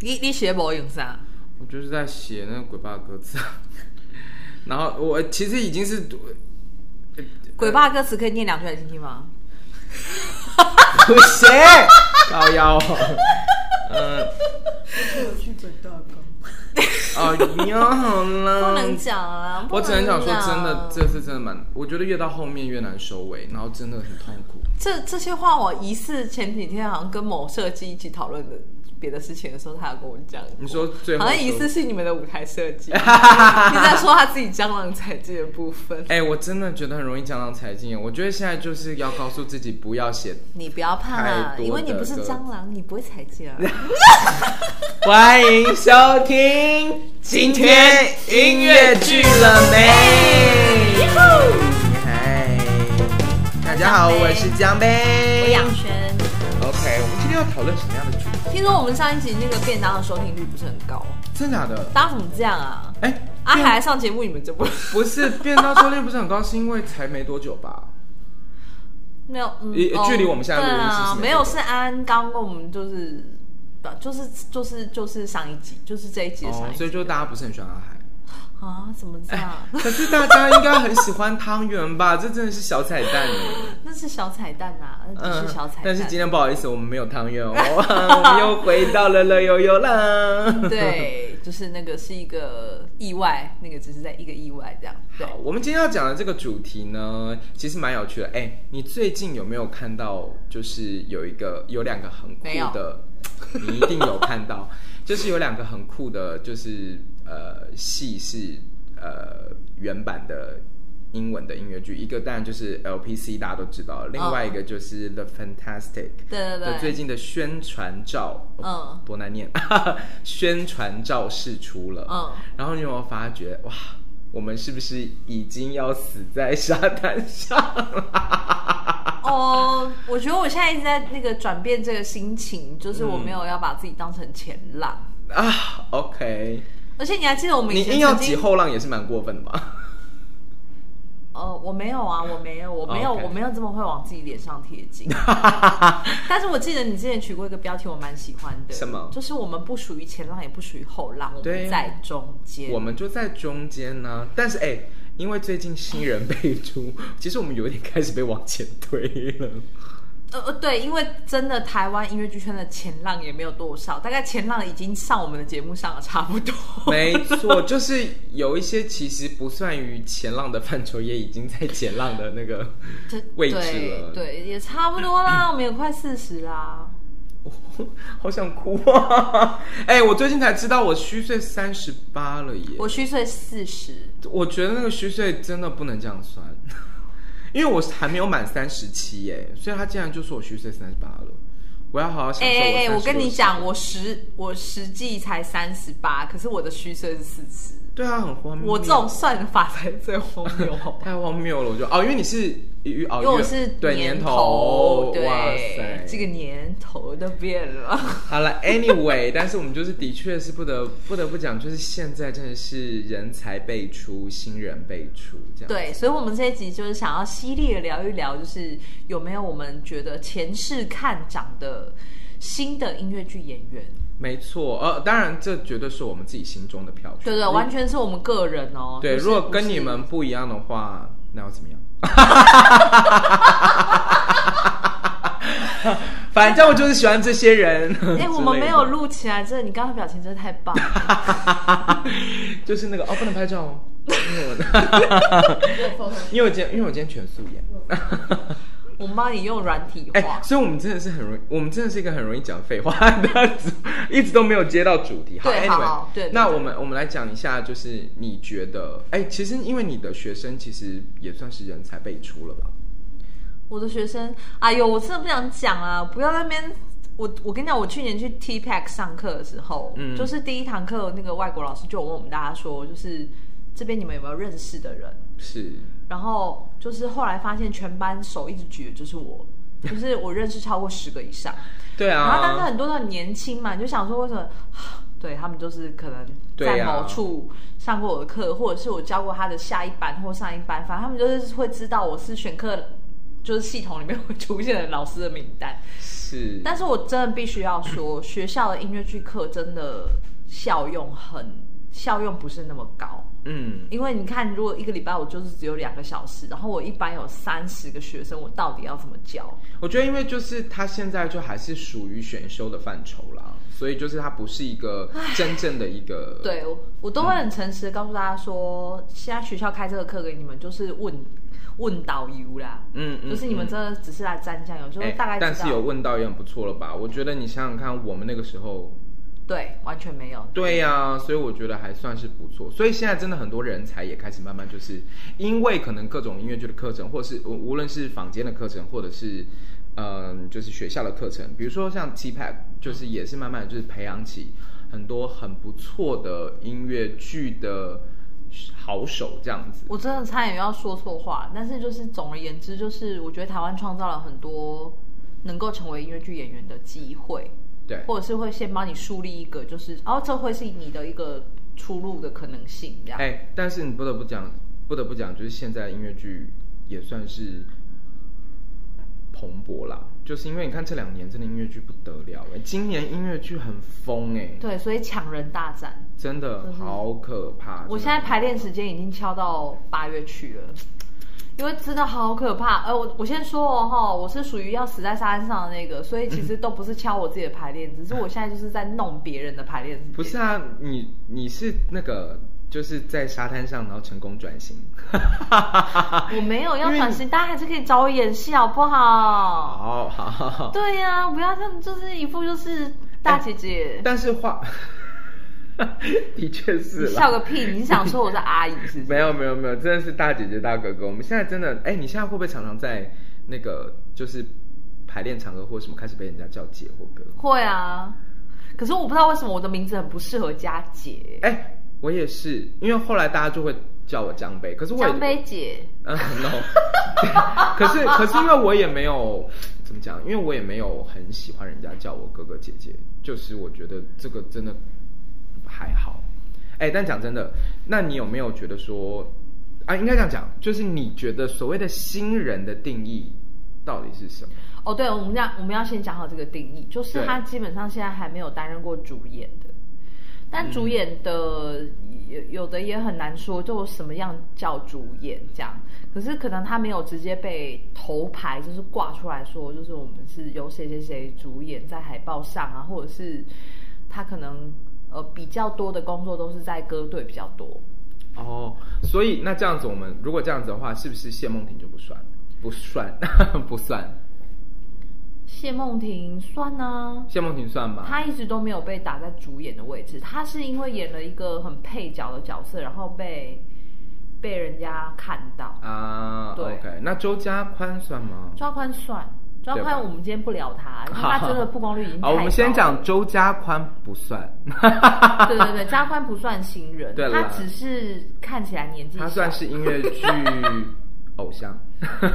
你你写无用啥？我就是在写那个鬼爸的歌词啊， 然后我其实已经是 呃鬼爸歌词可以念两句来听听吗？不行，高腰哦，嗯，我去北大港，哦哟好了，不能讲啊！我只能讲讲说，真的，这次真的蛮，我觉得越到后面越难收尾，然后真的很痛苦。这这些话，我疑似前几天好像跟某设计一起讨论的别的事情的时候，他有跟我讲过。你说最后好像疑说似是你们的舞台设 计，你在说他自己江郎才尽的部分。哎、我真的觉得很容易江郎才尽。我觉得现在就是要告诉自己不要写。你不要怕啊太，多的因为你不是蟑螂，你不会踩界 啊。欢迎收听今天音乐剧了没？嗨，大家好，我是江我杯。养轩， OK，我们今天要讨论什么样的主题？听说我们上一集那个便当的收听率不是很高，真假的？大家怎么这样啊？哎、阿海来上节目，你们就不不是，变到收率不是很高，是因为才没多久 吧？没有，嗯也哦距离我们现在录音对室是啊，没没有多是安安刚跟我们就是，不就是就是就是上一集，就是这一集的上哦一，集，所以就大家不哎是很喜欢阿海。 啊，怎么这样？可是大家应该很喜欢汤圆吧？这真的是小彩 蛋耶。 那是小彩蛋呐、啊，那只嗯是小彩蛋。但是今天不好意思，我们没有汤圆哦，我们又回到了乐悠悠啦。， 对，就是那个是一个意外，那个只是在一个意外这样。对好，，我们今天要讲的这个主题呢，其实蛮有趣的。哎、你最近有没有看到，就是有一个有两个很酷没有的，你一定有看到， 就是有两个很酷的，就是呃，戏是呃原版的。英文的音乐剧，一个当然就是 LPC，大家都知道，另外一个就是 The Fantastic，、嗯对对对的最近的宣传照，嗯嗯，多难念， 宣传照释出了，嗯嗯，然后你有没有发觉，哇，我们是不是已经要死在沙滩上 了？哦，我觉得我现在一直在那个转变这个心情，就是我没有要把自己当成前浪。啊，OK，而且你还记得我们你以前硬要曾经挤后浪也是蛮过分的吧？呃，我没有 啊，我没有，我没有哦 OK 我没有这么会往自己脸上贴 金。但是我记得你之前取过一个标题，我蛮喜欢的，什么就是我们不属于前浪，也不属于后浪，我对们在中间。我们就在中间呢、但是哎、因为最近新人辈出， 其实我们有点开始被往前推 了。呃呃，对，因为真的台湾音乐剧圈的前浪也没有多少，大概前浪已经上我们的节目上了差不多。没错，就是有一些其实不算于前浪的范畴，也已经在前浪的那个对位置了。嗯对，对，也差不多啦，我们也快四十啦。 好想哭啊！ 哎、我最近才知道我虚岁三十八了耶。我虚岁四十，我觉得那个虚岁真的不能这样算， 因为我还没有满三十七耶，所以他竟然就说我虚岁三十八了。我要好好享哎受哎哎，我我36跟你岁讲，我实我实际才三十八，可是我的虚岁是四十。对啊，很荒谬。我这种算法才最荒谬，好吧？太荒谬了，我就哦，因为你是因哦，为我是对年头，对，哇塞，这个年头都变了。好了，anyway，但 是我们就是的确是不得不得不讲，就是现在真的是人才辈出，新人辈出这样。，对，所以，我们这一集就是想要犀利的聊一聊，就是有没有我们觉得前世看涨的新的音乐剧演员？没错。呃，当然这绝对是我们自己心中的票选。对对，如完全是我们个人哦。对。就是如果不跟是你们不一样的话，那要怎么样？ 反正我就是喜欢这些人。哎、 我们之类的没有，录起来，真的，你刚刚表情真的太棒 了。就是那个哦，不能拍照哦，因为我因为我今天因为我今天全素颜。我们帮你用软体哎、化。所以我们真的是很容易，我们真的是一个很容易讲废话的组， 一直都没有接到主题。好对，anyway，好好对对那对我们我们来讲一下，就是你觉得，哎、其实因为你的学生其实也算是人才辈出了吧？我的学生，哎呦，我真的不想讲啊！不要在那边，我我跟你讲，我去年去 T p a c 上课的时候，嗯就是第一堂课那个外国老师就有问我们大家说，就是这边你们有没有认识的人？是，然后就是后来发现全班手一直举的就是我，就是我认识超过十个以上。对然后但是啊，很多都很年轻嘛，你就想说为什么？ 对他们就是可能在对啊某处上过我的课，或者是我教过他的下一班或上一班，反正他们就是会知道我是选课就是系统里面会出现的老师的名单。是，但是我真的必须要说，学校的音乐剧课真的效用很效用不是那么高，嗯，因为你看，如果一个礼拜我就是只有两个小时，然后我一般有三十个学生，我到底要怎么教？我觉得因为就是它现在就还是属于选修的范畴啦，所以就是它不是一个真正的一个对我我都会很诚实的告诉大家说，现在学校开这个课给你们就是问问导游啦，嗯，嗯就是你们嗯真的只是来沾酱油，就是哎大概知道、但是有问到也很不错了吧？我觉得你想想看，我们那个时候，对完全没有，对呀、所以我觉得还算是不错。所以现在真的很多人才也开始慢慢就是，因为可能各种音乐剧的课程，或是无无论是坊间的课程，或者是嗯，就是学校的课程，比如说像 TPAC，就是也是慢慢地就是培养起很多很不错的音乐剧的好手这样子。我真的差点要说错话，但是就是总而言之，就是我觉得台湾创造了很多能够成为音乐剧演员的机会，对，或者是会先帮你树立一个，就是哦，这会是你的一个出路的可能性，这样。哎、但是你不得不讲，不得不讲，就是现在音乐剧也算是蓬勃啦，就是因为你看这两年真的音乐剧不得了、哎，今年音乐剧很疯哎、对，所以抢人大战，真的好可怕。我真的现在排练时间已经敲到八月去了。因为真的好可怕，呃，我我先说哦哈，我是属于要死在沙滩上的那个，所以其实都不是敲我自己的排练，只是我现在就是在弄别人的排练时间。不是啊，你你是那个就是在沙滩上然后成功转型， 我没有要转型，大家还是可以找我演戏，好不好？好好好好。对呀、不要像就是一副就是大姐姐，哎但是话 的确是你啦，笑个屁！你想说我是阿姨是不是？ 没有没有没有，真的是大姐姐大哥哥。我们现在真的，哎，你现在会不会常常在那个就是排练场合或什么开始被人家叫姐或哥？会啊，可是我不知道为什么我的名字很不适合加姐，哎，我也是，因为后来大家就会叫我江杯，可是我也江杯姐。嗯 no，可是可是因为我也没有怎么讲，因为我也没有很喜欢人家叫我哥哥姐姐，就是我觉得这个真的还好。哎，但讲真的，那你有没有觉得说啊，应该这样讲，就是你觉得所谓的新人的定义到底是什么？哦，对，我们要我们要先讲好这个定义，就是对他基本上现在还没有担任过主演的，但主演的、有有的也很难说，就什么样叫主演这样。可是可能他没有直接被头牌，就是挂出来说，就是我们是由谁谁谁主演在海报上啊，或者是他可能呃比较多的工作都是在歌队比较多。哦，所以那这样子，我们如果这样子的话，是不是谢梦婷就不算？不算， 不算，谢梦婷算啊，谢梦婷算吗？他一直都没有被打在主演的位置，他是因为演了一个很配角的角色，然后被被人家看到。啊对，OK，那周家宽算吗？抓宽算，抓对吧宽我们今天不聊他，因为他真的曝光率已经太好，高我们先了讲周家宽不算， 对对对，加宽不算新人对，啦他只是看起来年纪小，他算是音乐剧偶像他，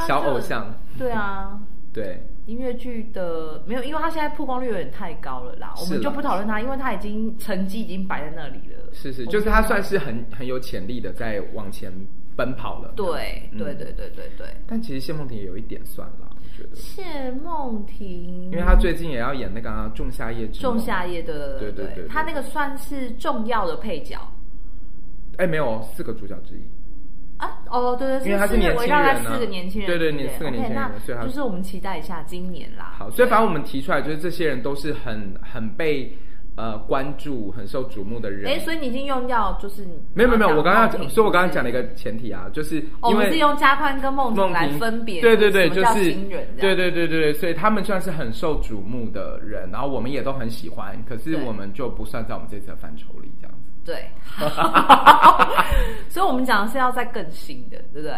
这小偶像。对啊，对，音乐剧的没有，因为他现在曝光率有点太高了啦，我是们啦就不讨论他，因为他已经成绩已经摆在那里了。是是，我们就是他算是很很有潜力的在往前奔跑了。对嗯对对对对对。但其实谢梦婷也有一点算了，我觉得，谢梦婷，因为她最近也要演那个、啊《仲夏夜之梦》。嗯仲夏夜，对对对对对对他那个算是重要的配角哎，没有四个主角之一。啊，哦对对，因为他是四个年轻围绕在人啊四个年轻人，对对年不四个年轻人 OK，所以他那就是我们期待一下今年啦。好，所以反正我们提出来就是这些人都是很很被呃关注、很受瞩目的人。哎，所以你已经用掉就是你没有没有没有，我刚刚要梦讲，婷所以我刚刚讲了一是个前提啊，就是不是，哦我因们是为用加宽跟梦梦来婷分别，对对对，什么就叫是新人这对样，对对对对，所以他们算是很受瞩目的人，然后我们也都很喜欢，可是对我们就不算在我们这次的范畴里这样子。对， 所以我们讲的是要再更新的，对不对？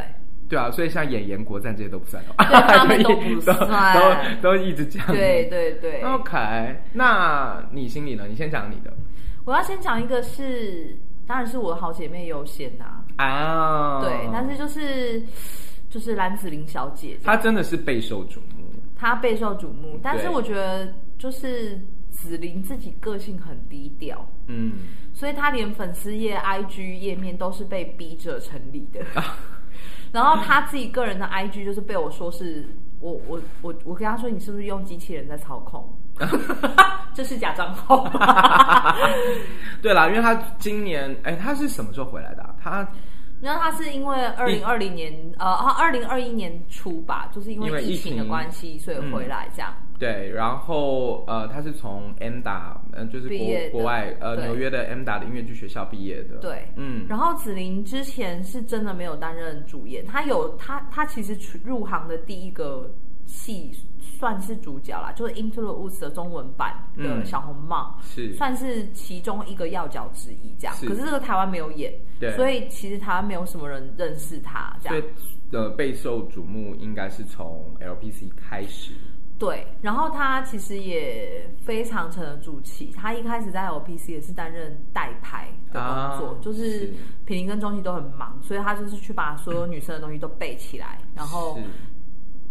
对啊，所以像演员国战这些都不算哦，对他们就一都不 都算都都一直讲。对对对， OK，那你心里呢？你先讲你的我要先讲一个是，当然是我的好姐妹优先呐、啊。对，但是就是就是蓝紫玲小姐这样，他真的是备受瞩目。她备受瞩目，但是对我觉得就是紫玲自己个性很低调，嗯，所以她连粉丝页、IG 页面都是被逼着成立的。 然后他自己个人的 IG 就是被我说是我我我我跟他说你是不是用机器人在操控？这是假账号吧？对啦，因为他今年，哎、他是什么时候回来的、啊？他那他是因为二零二零年呃，二零二一年初吧，就是因嗯因为为疫疫情的情关系，所以嗯回来这样。对，然后呃，他是从 M 达，嗯，就是毕业的国国外呃对纽约的 M 达的音乐剧学校毕业的。对嗯，然后紫菱之前是真的没有担任主演，她有她她其实出入行的第一个戏算是主角啦，就是《Into the Woods》的中文版的嗯小红帽，是算是其中一个要角之一这样。嗯是可是这个台湾没有演，对所以其实台湾没有什么人认识她这所样以。呃备受瞩目，应该是从 LPC 开始。对，然后她其实也非常沉得住气，她一开始在 LPC 也是担任代拍的工作，啊就是是品林跟中西都很忙，所以她就是去把所有女生的东西都背起来，然后是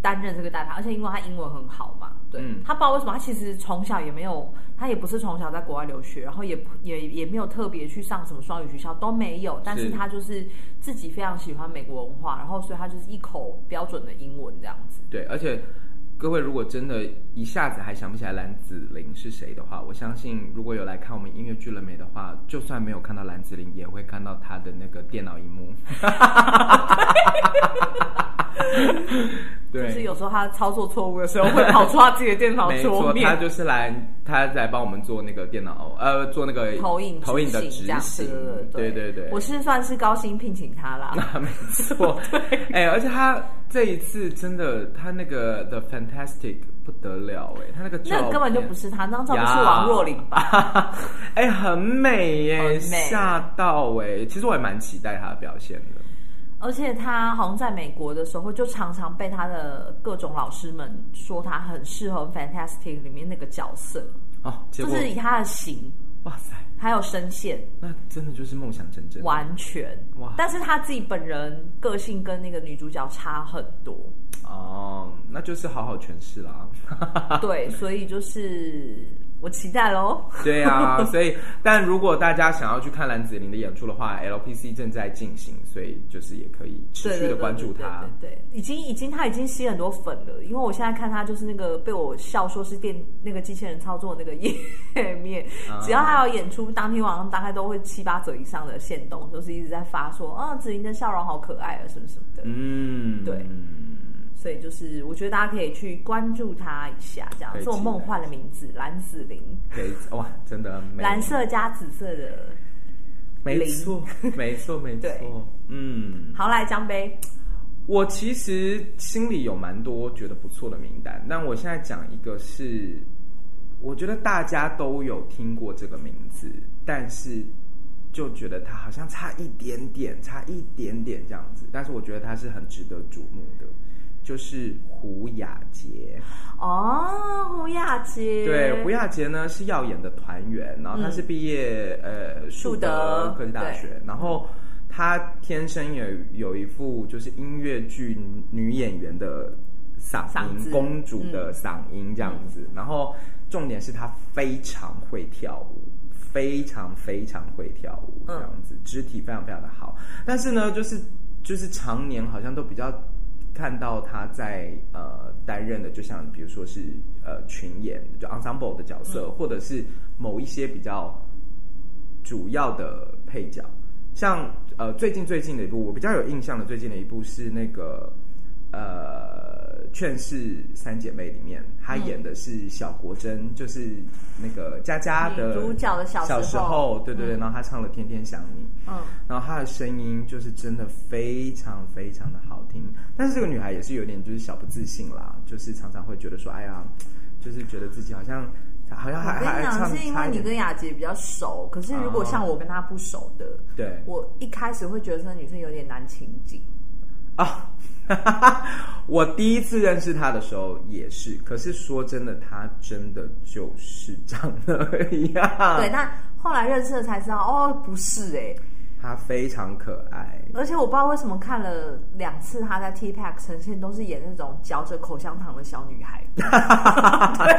担任这个代拍，而且因为他英文很好嘛，对、嗯他不知道为什么，他其实从小也没有，他也不是从小在国外留学，然后也不 也也没有特别去上什么双语学校都没有，但是是他就是自己非常喜欢美国文化，然后所以他就是一口标准的英文这样子。对，而且各位如果真的一下子还想不起来蓝紫菱是谁的话，我相信如果有来看我们音乐剧了没的话，就算没有看到蓝紫菱，也会看到她的那个电脑荧幕。 对，就是有时候他操作错误的时候，会跑出他自己的电脑没桌错，面他。就是来，他来帮我们做那个电脑，呃，做那个投影投影的执这样行子，对对对对， 我是算是高薪聘请他啦。啊，没 错， 哎、而且他这一次真的，他那个的 Fantastic 不得了哎、他那个照那根本就片不是他，那张照片呀是王若琳吧？哎、很美耶、很美吓到哎、其实我也蛮期待他的表现的。而且他好像在美国的时候，就常常被他的各种老师们说他很适合《Fantastic》里面那个角色，哦，结就果、是以他的型哇塞，还有声线那真的就是梦想成真。完全哇。但是他自己本人个性跟那个女主角差很 多，哦，那就是好好诠释啦。对，所以就是我期待喽。 对啊，所以但如果大家想要去看蓝紫菱的演出的话，LPC 正在进行，所以就是也可以持对续对的对关注他。对对对对已经已经他已经吸很多粉了，因为我现在看他就是那个被我笑说是电那个机器人操作的那个 页面，啊只要他有演出，当天晚上大概都会七八折以上的限动，就是一直在发说啊，子琳的笑容好可爱啊，什么什么的，嗯，对所以就是我觉得大家可以去关注他一下，这样可以做期待梦幻的名字蓝紫琳，给哇，真的美蓝色加紫色的，没错，没错，没 对错，嗯。好来江杯，我其实心里有蛮多觉得不错的名单，但我现在讲一个是，我觉得大家都有听过这个名字，但是就觉得它好像差一点点，差一点点这样子。但是我觉得它是很值得瞩目的，就是胡雅洁。哦，胡雅洁，对，胡雅洁呢是耀眼的团员，然后她是毕业、呃树德德科技大学，然后她天生有有一副就是音乐剧女演员的嗓嗓音，子公主的嗓音这样子，然后重点是她非常会跳舞。非常非常会跳舞，这样子、肢体非常非常的好，但是呢，就是就是常年好像都比较看到他在呃担任的，就像比如说是呃群演就 ensemble 的角色，或者是某一些比较主要的配角，像呃最近最近的一部，我比较有印象的最近的一部是那个呃《劝世三姐妹》里面，她演的是小国珍，就是那个佳佳的嗯女主角的小时候小时候，对对对，然后她唱了《天天想你》，嗯。然后她的声音就是真的非常非常的好听，但是这个女孩也是有点就是小不自信啦，就是常常会觉得说，哎呀，就是觉得自己好像好像还我跟还你唱讲，是因差为一你点跟雅洁比较熟，可是如果哦像我跟她不熟的，对我一开始会觉得这个女生有点难亲近。啊。 我第一次认识他的时候也是，可是说真的，他真的就是长得一样。对，，但后来认识了才知道，哦，不是哎、他非常可爱。而且我不知道为什么看了两次她在 T Pack 呈现都是演那种嚼着口香糖的小女孩，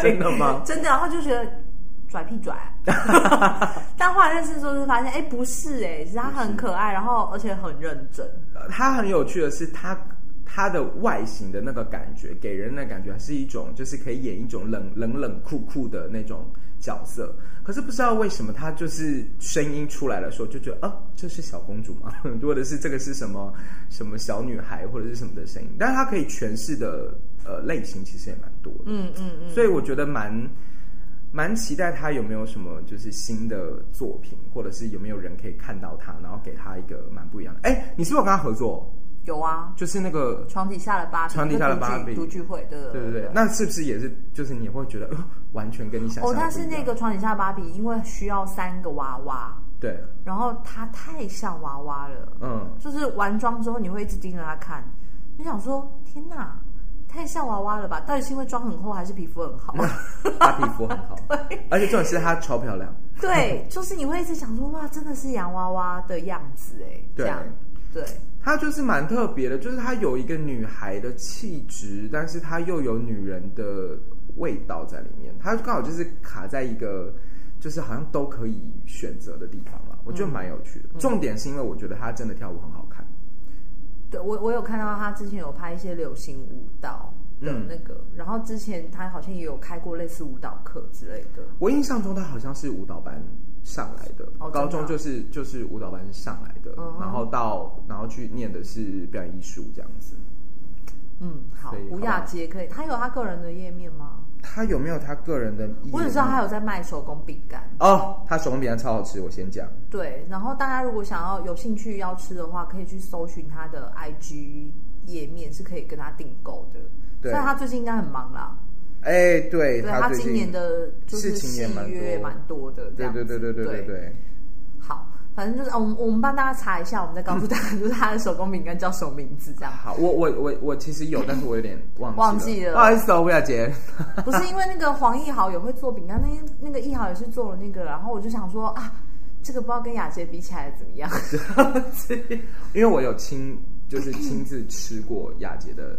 真的吗？真的，然后就觉得拽屁 拽、但后来认识之后就发现，哎、不是哎、其实他很可爱，然后而且很认真。呃它很有趣的是，它它的外形的那个感觉，给人的感觉是一种，就是可以演一种冷冷冷酷酷的那种角色。可是不知道为什么，他就是声音出来的时候，就觉得啊，这是小公主吗？ 或者是这个是什么什么小女孩，或者是什么的声音？但是它可以诠释的呃类型其实也蛮多的。嗯嗯嗯，所以我觉得蛮蛮期待他有没有什么就是新的作品，或者是有没有人可以看到他，然后给他一个蛮不一样的。哎，你是不是有跟他合作？有啊，就是那个，床底下的芭比，床底下的芭比读聚会，对对对对对，那是不是也是就是你会觉得、呃、完全跟你想象的不哦，一样但是那个床底下的芭比，因为需要三个娃娃，对，然后它太像娃娃了，嗯，就是完妆之后你会一直盯着它看，你想说天哪，太像娃娃了吧？到底是因为妆很厚还是皮肤很好？ 他皮肤很好，而且重点是他超漂亮，对，就是你会一直想说哇，真的是洋娃娃的样子哎，对这样对，她就是蛮特别的，就是她有一个女孩的气质，但是她又有女人的味道在里面。她刚好就是卡在一个，就是好像都可以选择的地方了，我觉得蛮有趣嗯的。重点是因为我觉得她真的跳舞很好看，对我我有看到他之前有拍一些流行舞蹈的嗯那个，然后之前他好像也有开过类似舞蹈课之类的。我印象中她好像是舞蹈班上来的，哦真的啊高中就是就是舞蹈班上来的，嗯然后到然后去念的是表演艺术这样子。嗯，好所以，吴好雅吧洁可以，他有他个人的页面吗？她有没有她个人的意义？我只知道他有在卖手工饼干。哦，她手工饼干超好吃，我先讲。对，然后大家如果想要有兴趣要吃的话，可以去搜寻他的 IG 页面，是可以跟他订购的。对虽然他最近应该很忙啦，哎、对，对他他最近今年的就是事情也蛮戏多约也蛮多的，这对样对子对对对对对对，好，反正就是哦我们我们帮大家查一下，我们再告诉大家，就是他的手工饼干叫什么名字这样。好，我我我我其实有，但是我有点忘记了，忘记了不好意思哦，吴雅杰，不是因为那个黄奕豪也会做饼干，那天那个奕豪也是做了那个，然后我就想说啊，这个不知道跟雅洁比起来怎么样。 因为我有亲就是亲自吃过雅杰的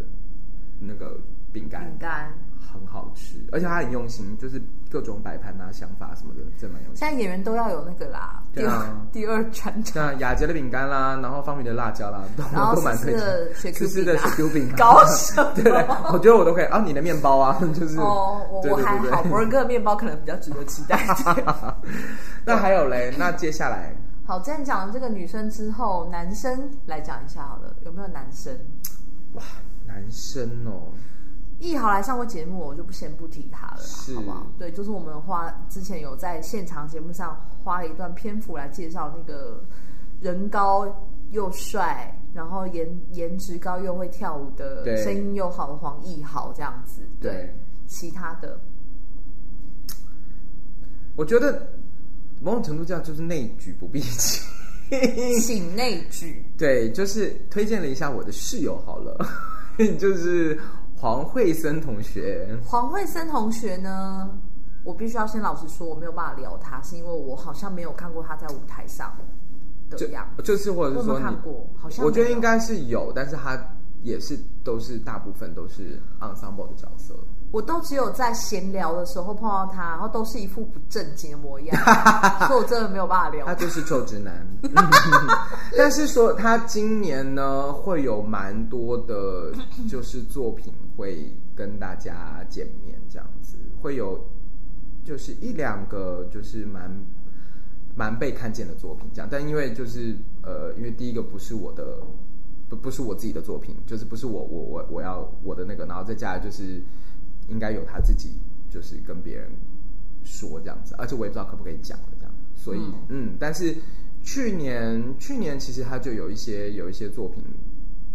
那个饼干，饼干，很好吃，而且他很用心，就是各种摆盘啊、想法什么的，真蛮用心。现在演员都要有那个啦，对啊第二第二专场，像雅杰的饼干啦，然后方明的辣椒啦，都然后都蛮思推思荐的。雪 Q 思的饼啊雪 Q 饼 啊，搞什么 对对，我觉得我都可以啊，你的面包啊， 就是哦，我对我对对还对好，博仁哥的面包可能比较值得期 待。那还有嘞，那接下来好，既然讲了这个女生之后，男生来讲一下好了，有没有男生？哇，男生哦，易豪来上过节目，我就不先不提他了是啦，好不好？对，就是我们花之前有在现场节目上花了一段篇幅来介绍那个人高又帅，然后颜颜值高又会跳舞对的，声音又好的黄易豪这样子。对，对，其他的我觉得某种程度上就是内举不避亲。请内举， 对，就是推荐了一下我的室友好了， 就是黄慧森同学。黄慧森同学呢，我必须要先老实说，我没有办法聊他，是因为我好像没有看过他在舞台上的就样子。就是或者是我有没说有你，看过好像我觉得没有应该是有，但是他也是都是大部分都是 ensemble 的角色。我都只有在闲聊的时候碰到他，然后都是一副不正经的模样， 所以我真的没有办法聊他。就是臭直男。但是说他今年呢会有蛮多的，就是作品会跟大家见面，这样子会有就是一两个就是蛮蛮被看见的作品这样。但因为就是呃，因为第一个不是我的。不不是我自己的作品，就是不是我我我我要我的那个，然后再加来就是应该有他自己，就是跟别人说这样子，而且我也不知道可不可以讲了这样，所以嗯但是去年去年其实他就有一些有一些作品，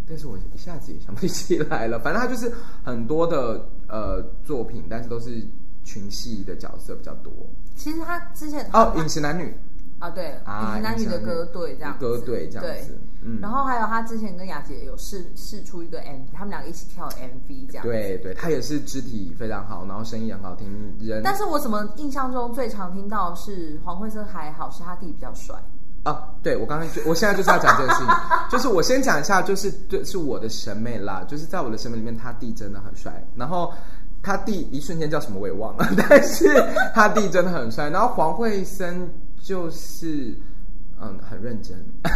但是我一下子也想不起来了，反正他就是很多的呃作品，但是都是群戏的角色比较多其实他之前哦，饮食男女啊，对，啊，以及男女的歌队这样子，歌队这样子对，嗯，然后还有他之前跟雅洁有试试出一个 M，他们两个一起跳 MV 这样。。对对，他也是肢体非常好，然后声音也很好听，人但是我怎么印象中最常听到的是黄慧生还好，是他弟比较帅。啊，对我刚刚就我现在就是要讲这件 事情，就是我先讲一下，就是对是我的审美啦，就是在我的审美里面，他弟真的很帅，然后他弟一瞬间叫什么我也忘了， 但是他弟真的很帅。然后黄慧生就是嗯很认真，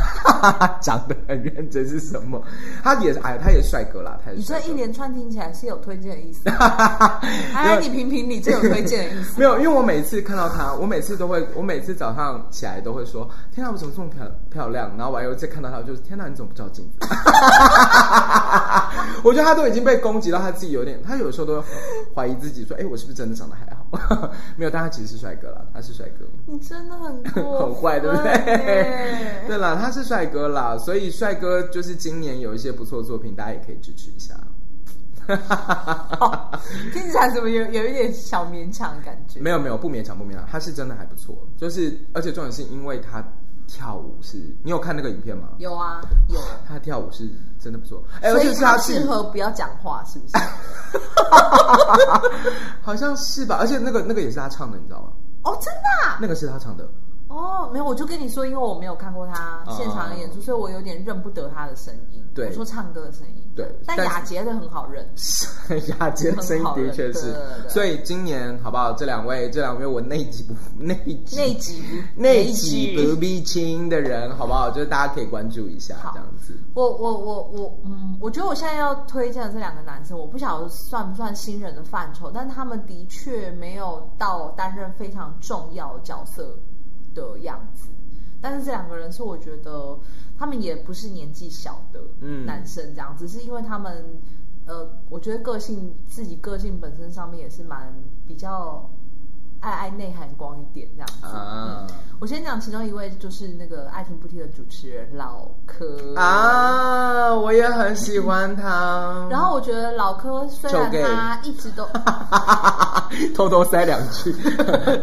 长得很认真是什么？他也是哎，他也是帅哥啦，他也你是帅这哥一连串听起来是有推荐的意思 吗。哎，你评评理，这有推荐 的意思。没有，因为我每次看到她，我每次都会，我每次早上起来都会说：“天啊，我怎么这么漂漂亮？”然后我还有一次看到她，我就是：“天哪，你怎么不照镜子？” 我觉得她都已经被攻击到，她自己有点，她有时候都会怀疑自己说：“哎，我是不是真的长得还好？” 没有，但她其实是帅哥啦，他是帅哥。你真的很过分欸很坏，对不对？ 耶对 啦，他是帅哥啦，所以帅哥就是今年有一些不错的作品，大家也可以支持一下。听起来怎么有有一点小勉强的感觉？没有没有，不勉强不勉强，他是真的还不错。就是而且重点是因为他跳舞是，你有看那个影片吗？有啊，有。他跳舞是真的不错，哎，而所且以是他是适合不要讲话，是 不是？好像是吧？而且那个那个也是他唱的，你知道吗？哦，真的啊、那个是他唱的，哦，没有，我就跟你说，因为我没有看过他现场的演出，哦所以我有点认不得他的声音。对我说唱歌的声音。对但但是雅洁的很好认。 雅洁的声音的确是很好认，对所以今年好不好？这两位，这两位我内急不 内急那一集不内急不必亲的人，好不好？就是大家可以关注一下好这样子。我我我我，嗯，我觉得我现在要推荐的这两个男生，我不晓得算不算新人的范畴，但他们的确没有到担任非常重要角色的样子。但是这两个人是我觉得他们也不是年纪小的嗯男生这样，只是因为他们呃，我觉得个性自己个性本身上面也是蛮比较爱爱内涵光一点这样子。嗯啊我先讲其中一位，就是那个爱听不听的主持人老柯。啊，我也很喜欢他。然后我觉得老柯虽然就 gay 他一直都， 偷偷塞两句，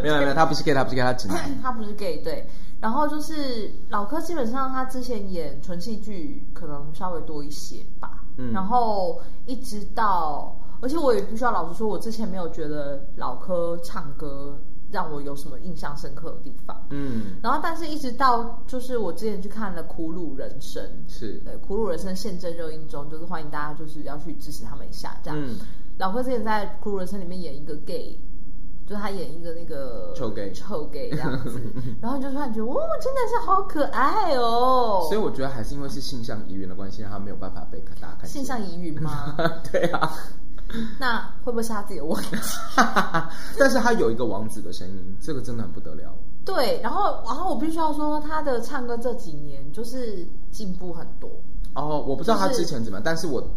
没有没有，他不是 gay，他不是 gay，他直男。 他不是 gay 对，然后就是老柯基本上他之前演纯戏剧可能稍微多一些吧，嗯然后一直到，而且我也必须要老实说，我之前没有觉得老柯唱歌让我有什么印象深刻的地方， 嗯，然后但是一直到就是我之前去看了《苦鲁人生》，是，对，《苦鲁人生》现正热映中，就是欢迎大家就是要去支持他们一下这样。嗯老柯之前在《骷髅人生》里面演一个 gay，就是他演一个那个臭 gay 臭 gay 这样 子，然后你就突然觉得，哦，真的是好可爱哦。所以我觉得还是因为是性向疑云的关系，让他没有办法被大家看见。现象疑云吗？ 对啊， 那会不会是他自己的问题？ 但是他有一个王子的声音，这个真的很不得了。对，然后然后我必须要说，他的唱歌这几年就是进步很多。哦，我不知道他之前怎么样，但是我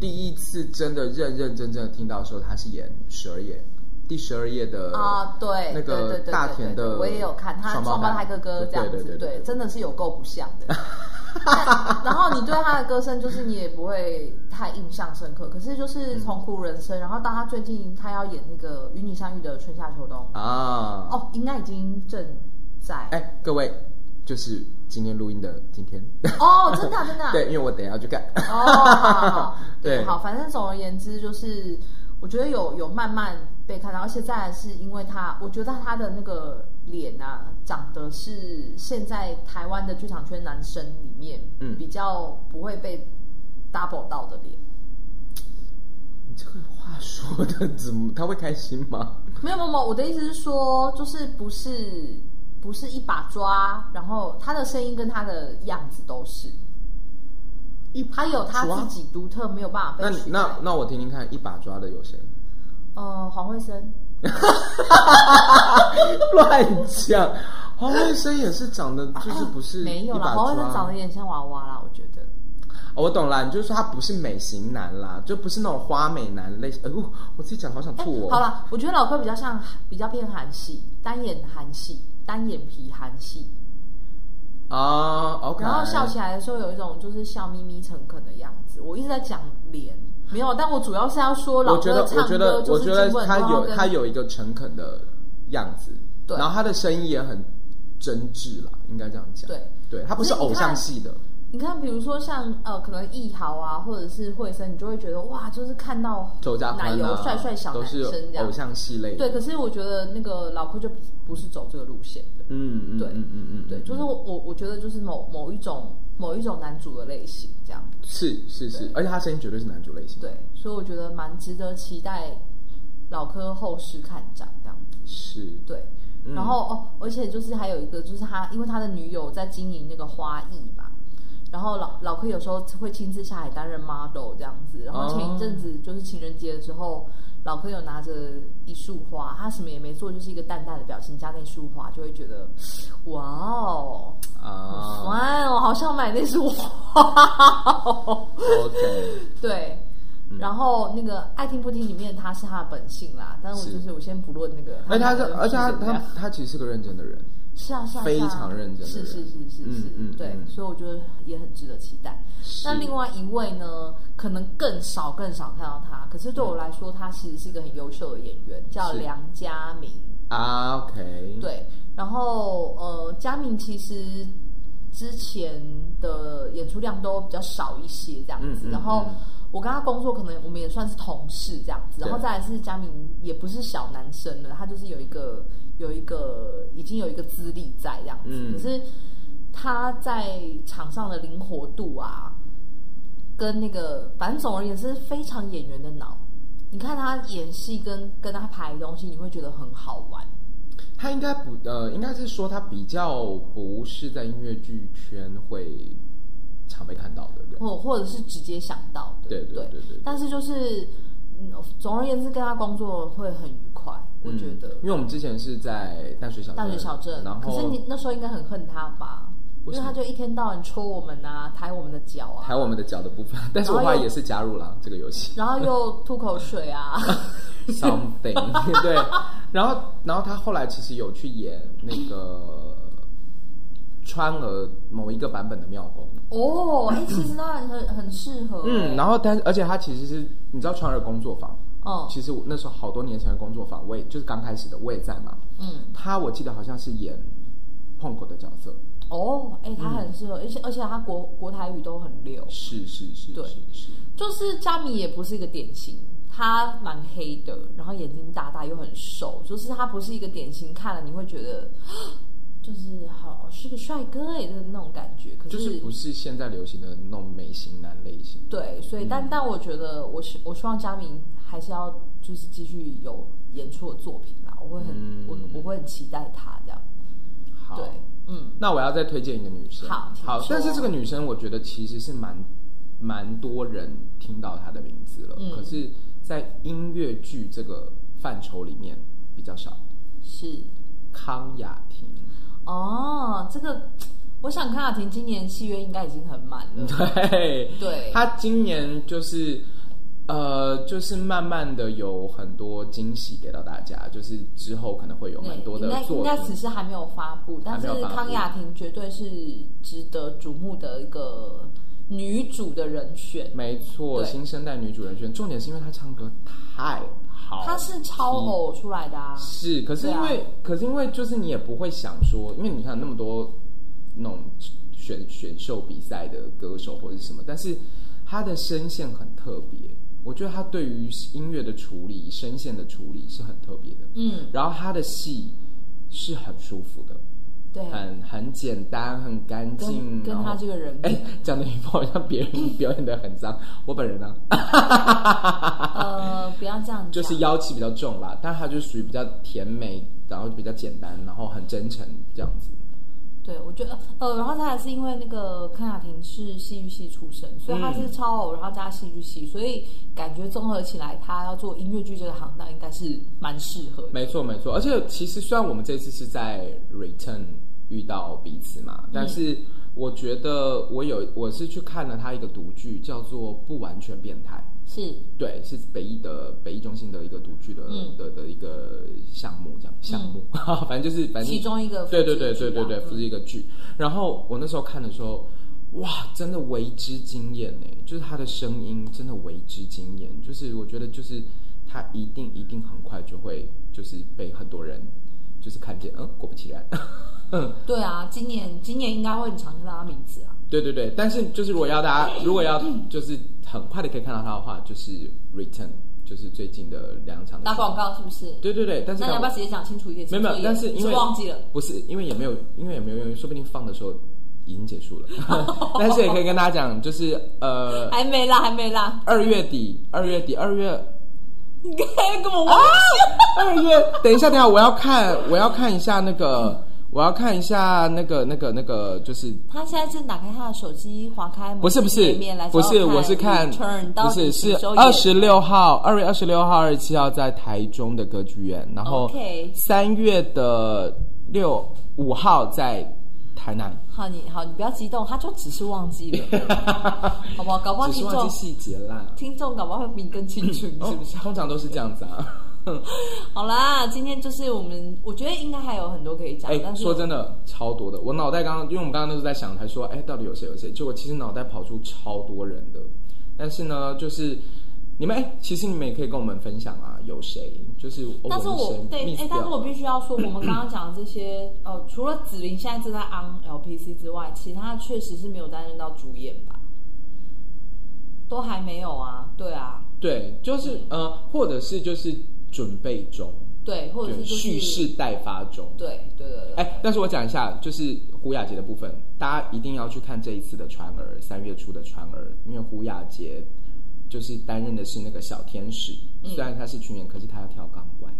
第一次真的认认真真的听到的时候，他是演十二夜，第十二夜的啊，对，呃对那个对对大对田对的，我也有看他双双胞胞胎胎哥哥这样对子，对对，真的是有够不像 的。但然后你对他的歌声，就是你也不会太印象深刻。可是嗯就是从《苦人生》，然后到他最近他要演那个与你相遇的春夏秋冬，啊，哦，应该已经正 在哎、各位，就是今天录音的今天。哦，真的啊真的啊， 对，因为我等一下要 去看。哦，好好好 对对，好，反正总而言之，就是我觉得有有慢慢被看到，而且再来是因为他，我觉得他的那个脸啊，长得是现在台湾的剧场圈男生里面，嗯比较不会被 double 到的 脸。你这个话说的怎么？他会开心吗？没有没有，没有我的意思是说，就是不是不是一把抓，然后他的声音跟他的样子都是，他有他自己独特，没有办法被那你取代那那我听听看，一把抓的有谁？ 呃黄慧生。乱讲，黄慧生也是长得就是不是哦没有一啦，把抓黄慧生长得有点像娃娃啦，我觉得。哦我懂啦，你就是说他不是美型男啦，就不是那种花美男类型。哎、呦，我自己讲好想哎吐哦。好，啦，我觉得老柯比较像比较偏韩系，单眼韩系，单眼皮韩系，啊，OK、o k 然后笑起来的时候有一种就是笑眯眯诚恳的样子。我一直在讲脸，没有，但我主要是要说老我觉柯得，我唱觉得歌，就我是觉得基本他都要有跟他有一个诚恳的样子，对然后他的声音也很真挚啦，应该这样讲。对，对他不是可是你偶像看系的，你看，比如说像呃，可能易豪啊，或者是慧生，你就会觉得哇，就是看到周家奶欢油啊，帅帅小都男是生这样偶。像系类的。对，可是我觉得那个老柯就不不是走这个路线的。嗯嗯，对嗯嗯嗯，对，就是我我我觉得就是某某一种某一种男主的类型这样，是是是，而且他声音绝对是男主类型。对，所以我觉得蛮值得期待老科后世看展这样子。是，对，嗯然后、哦，而且就是还有一个，就是他因为他的女友在经营那个花艺嘛，然后老老柯有时候会亲自下海担任 model 这样子。然后前一哦阵子就是情人节的时候，老柯有拿着一束花，他什么也没做，就是一个淡淡的表情加那束花，就会觉得哇哦，啊、哇哦，我好想买那束花哦。 o k 对，嗯然后那个爱听不听里面他是他的本性啦，但是我是就是我先不论那个，而且他是，哪个而且他性格他怎么样他其实是个认真的人，是啊是啊，非是啊常认真的是人是是是嗯是，嗯对，嗯所以我觉得也很值得期待。那是另外一位呢，可能更少更少看到他，可是对我来说，他其实是一个很优秀的演员，叫嗯是梁家明。啊，OK，，对，然后呃，佳明其实之前的演出量都比较少一些这样子，嗯嗯然后嗯我跟他工作，可能我们也算是同事这样子，然后对再来是佳明也不是小男生了，他就是有一个有一个已经有一个资历在这样子，嗯可是他在场上的灵活度啊，跟那个，反正总而言之，非常演员的脑。你看他演戏跟跟他排东西，你会觉得很好玩。他应该不呃，应该是说他比较不是在音乐剧圈会常被看到的人，或或者是直接想到的，对对对对对但是就是，嗯总而言之，跟他工作会很愉快，我觉得嗯。因为我们之前是在淡水小镇淡水小镇然，可后是你那时候应该很恨他吧？因为为什么他就一天到晚戳我们啊，抬我们的脚啊，还有我们的脚的部 分，但是我然后后来又也是加入了这个游戏。然后又吐口水 啊， something 对，然后然后他后来其实有去演那个川俄某一个版本的妙公，哦，哎、其实他很很很适合、嗯，然后后但而且他其实是你知道川俄工作坊，嗯其实我那时候好多年前的工作坊，我也就是刚开始的我也在嘛，嗯，他我记得好像是演碰口的角色，哦，哎、嗯他很适合，而且而且他国国台语都很溜，是是是，对是是，就是佳米也不是一个典型，他蛮黑的，然后眼睛大大又很瘦，就是他不是一个典型，看了你会觉得， 就是好是个帅哥哎的那种感觉。可就是不是现在流行的那种美型男类型，对，所以但嗯但我觉得我希我希望佳明还是要就是继续有演出的作品啦，我会很、嗯我我会很期待他这样。好，对，嗯，那我要再推荐一个女生，好请说但是这个女生我觉得其实是蛮蛮多人听到她的名字了，嗯可是，在音乐剧这个范畴里面比较少。是康雅 婷，哦，这个我想康雅婷今年戏约应该已经很满了。 对，对，她今年就是呃，就是慢慢的有很多惊喜给到大家，就是之后可能会有对，蛮多的应该应作该只品。是还没有发布，但还没是有发布康雅婷绝对是值得瞩目的一个女主的人选。没错，对新生代女主人选，重点是因为她唱歌太好，她是超偶出来的啊，是，可是因为，对啊可是因为，就是你也不会想说，因为你看那么多那种选选秀比赛的歌手或者是什么，但是他的声线很特别，我觉得他对于音乐的处理、声线的处理是很特别的。嗯，然后他的戏是很舒服的，对，很很简单，很干净。跟跟然他后这个人比，哎，讲的一副好像别人表演的很脏， 我本人呢、呃，不要这样讲，就是妖气比较 重啦，但它就属于比较甜美，然后比较简单，然后很真诚这样子。对，我觉得呃，然后她还是因为那个康雅婷是戏剧系出身，所以她是超嗯偶，然后加戏剧系，所以感觉综合起来，她要做音乐剧这个行当应该是蛮适合的。没错，没错。而且其实虽然我们这次是在 Return 遇到彼此嘛，嗯但是我觉得我有我是去看了他一个独剧，叫做《不完全变态》。是，对，是北艺的北艺中心的一个独剧的、嗯的的一个项目，这样项目， 反正就是反正其中一个对对对复制剧对对啊对，嗯复制一个剧。然后我那时候看的时候，哇，真的为之惊艳呢！就是他的声音真的为之惊艳，就是我觉得就是他一定一定很快就会就是被很多人就是看见，嗯，果不其然， 对啊，今年今年应该会很常看到她名字啊。对对对。但是就是如果要大嗯家如果要就是很快的可以看到他的话，就是 Return，就是最近的两场的打戏广告是不是？对对对，但是那你要不要他直接讲清楚一点？没有没有，但是因为呃是忘记了，不是因为也没有，因为也没有用，说不定放的时候已经结束了。 但是也可以跟大家讲，就是呃， 还没啦，还没啦。二月底，二月底，二月你刚刚跟我忘啊二月，等一下，等一下，我要看，我要看一下那个，我要看一下那个，那个，那个，就是他现在是打开他的手机，划开不是不页是嗯面来不是，我是看 turn 到不底是是什么时候演二十六号，二月二十六号、二十七号在台中的歌剧院，然后 OK 三月的六五号在台南，好，你好，你不要激动，他就只是忘记 了，好不好？搞不好只是听忘众记细节啦。听众搞不好会比你更清楚，是 不是？哦通常都是这样子啊。好啦，今天就是我们，我觉得应该还有很多可以讲，哎、但是说真的，超多的。我脑袋刚刚，因为我们刚刚都是在想，还说，哎、到底有谁有谁？结果其实脑袋跑出超多人的。但是呢，就是你们，哎、其实你们也可以跟我们分享啊，有谁？就是哦但是们我谁对， miss 哎、但是掉我了必须要说，我们刚刚讲的这些，呃，除了紫菱现在正在 on LPC 之外，其他确实是没有担任到主演吧，都还没有啊，对啊，对，就是呃，或者是就是准备中，对，或者是、对就是、蓄势，待发中。对对对对，哎、但是我讲一下，就是胡雅杰的部分，大家一定要去看这一次的川儿，三月初的川儿，因为胡雅杰就是担任的是那个小天使，嗯虽然他是群演，可是他要跳钢管。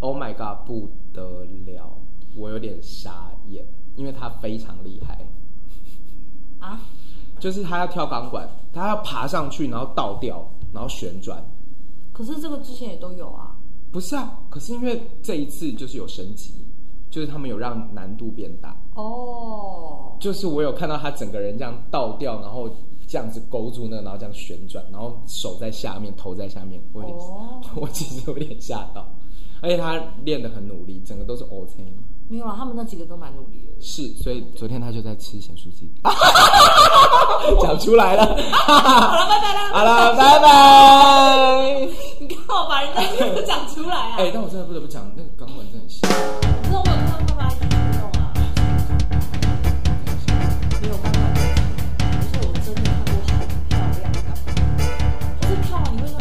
Oh my god，不得了，我有点傻眼，因为他非常厉害，啊，就是他要跳钢管，他要爬上去，然后倒吊，然后旋转。可是这个之前也都有啊，不是啊，可是因为这一次就是有升级，就是他们有让难度变大。哦，就是我有看到他整个人这样倒掉，然后这样子勾住那个，然后这样旋转，然后手在下面，头在下面，我有点，哦 我其实有点吓到。而且他练得很努力，整个都是 OK，没有啊，他们那几个都蛮努力的，是，所以昨天他就在吃咸酥鸡， 讲出来了，好了，拜拜啦，好了，拜拜。你看我把人家名字讲出来啊，哎、但我真的不得不讲，那个钢管真的很香。可是我有看到爸爸一起运动啊。没有办法，可是我真的看过很漂亮的，就是看完你会说，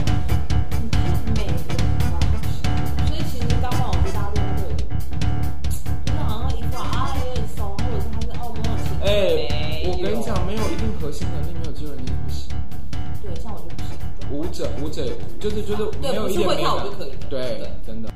你太美了，所以其实刚刚我觉得大家都会，就是好像一副啊有点怂，或者是他是哦没有情哎、我跟你讲，，没有一定核心能力，没有肌肉能力不行。对，像我就不行。舞者，舞者就是就是对没有一点不是会美跳感舞就可以了对对，真的。